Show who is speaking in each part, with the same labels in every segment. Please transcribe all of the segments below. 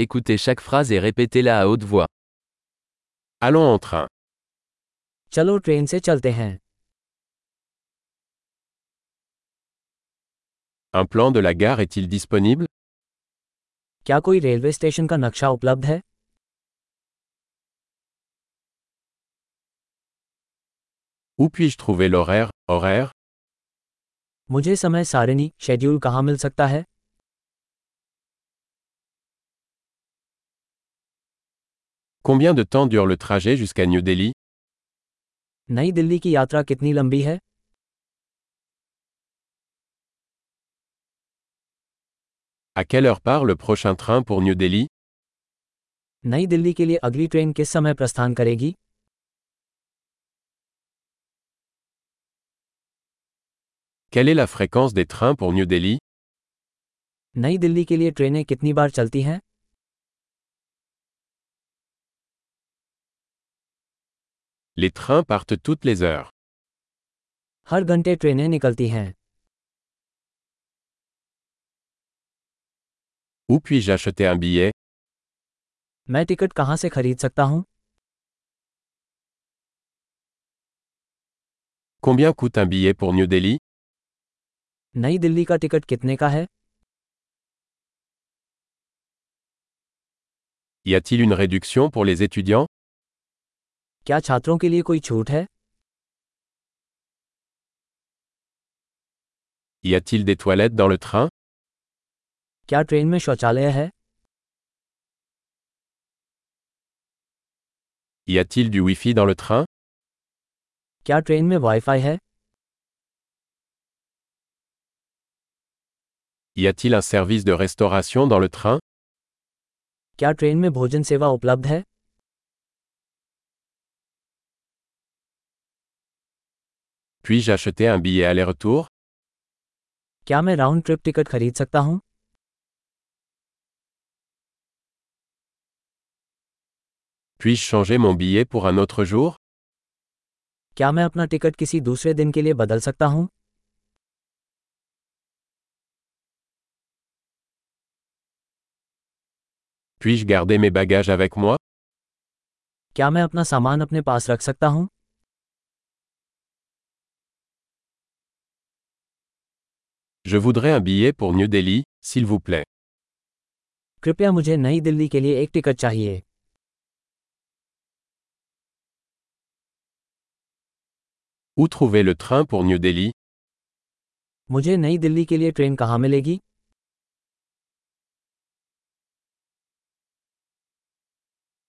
Speaker 1: Écoutez chaque phrase et répétez-la à haute voix.
Speaker 2: Allons en train.
Speaker 3: चलो ट्रेन से चलते हैं
Speaker 2: Un plan de la gare est-il disponible
Speaker 3: क्या कोई रेलवे स्टेशन का नक्शा उपलब्ध है
Speaker 2: Où puis-je trouver l'horaire Horaire
Speaker 3: मुझे समय सारिणी शेड्यूल कहाँ मिल सकता है
Speaker 2: Combien de temps dure le trajet jusqu'à New Delhi
Speaker 3: नई दिल्ली की यात्रा कितनी लंबी है
Speaker 2: À quelle heure part le prochain train pour New Delhi
Speaker 3: नई दिल्ली के लिए अगली ट्रेन किस समय प्रस्थान करेगी
Speaker 2: Quelle est la fréquence des trains pour New Delhi
Speaker 3: नई दिल्ली के लिए ट्रेनें कितनी बार चलती हैं
Speaker 2: Les trains partent toutes les heures.
Speaker 3: हर घंटे ट्रेनें निकलती हैं
Speaker 2: Où puis-je acheter un billet
Speaker 3: मैं टिकट कहाँ से खरीद सकता हूँ
Speaker 2: Combien coûte un billet pour New Delhi
Speaker 3: नई दिल्ली का टिकट कितने का है
Speaker 2: Y a-t-il une réduction pour les étudiants
Speaker 3: क्या छात्रों के लिए कोई छूट है
Speaker 2: Y a-t-il des toilettes dans le train
Speaker 3: क्या ट्रेन में शौचालय है
Speaker 2: Y a-t-il du Wi-Fi dans le train
Speaker 3: क्या ट्रेन में वाईफाई है
Speaker 2: Y a-t-il un service de restauration dans le train
Speaker 3: क्या ट्रेन में भोजन सेवा उपलब्ध है
Speaker 2: Puis-je acheter un billet aller-retour
Speaker 3: क्या मैं राउंड ट्रिप टिकट खरीद सकता हूँ
Speaker 2: Puis-je changer mon billet pour un autre jour
Speaker 3: क्या मैं अपना टिकट किसी दूसरे दिन के लिए बदल सकता हूँ
Speaker 2: Puis-je garder mes bagages avec moi
Speaker 3: क्या मैं अपना सामान अपने पास रख सकता हूँ
Speaker 2: Je voudrais un billet pour New Delhi, s'il vous plaît.
Speaker 3: कृपया मुझे नई दिल्ली के लिए एक टिकट चाहिए
Speaker 2: Où trouver le train pour New Delhi
Speaker 3: मुझे नई दिल्ली के लिए ट्रेन कहाँ मिलेगी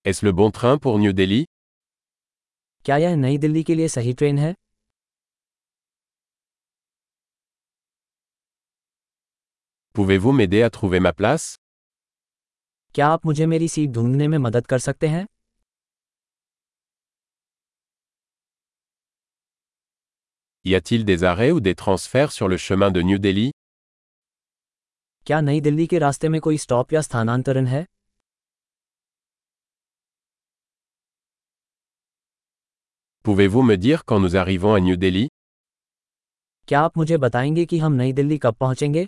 Speaker 2: Est-ce le bon train pour New Delhi
Speaker 3: क्या यह नई दिल्ली के लिए सही ट्रेन है
Speaker 2: Pouvez-vous m'aider à trouver ma place
Speaker 3: क्या आप मुझे मेरी सीट ढूंढने में मदद कर सकते हैं
Speaker 2: Y a-t-il des arrêts ou des transferts sur le chemin de New Delhi
Speaker 3: क्या नई दिल्ली के रास्ते में कोई स्टॉप या स्थानांतरण है
Speaker 2: Pouvez-vous me dire quand nous arrivons à New Delhi
Speaker 3: क्या आप मुझे बताएंगे कि हम नई दिल्ली कब पहुंचेंगे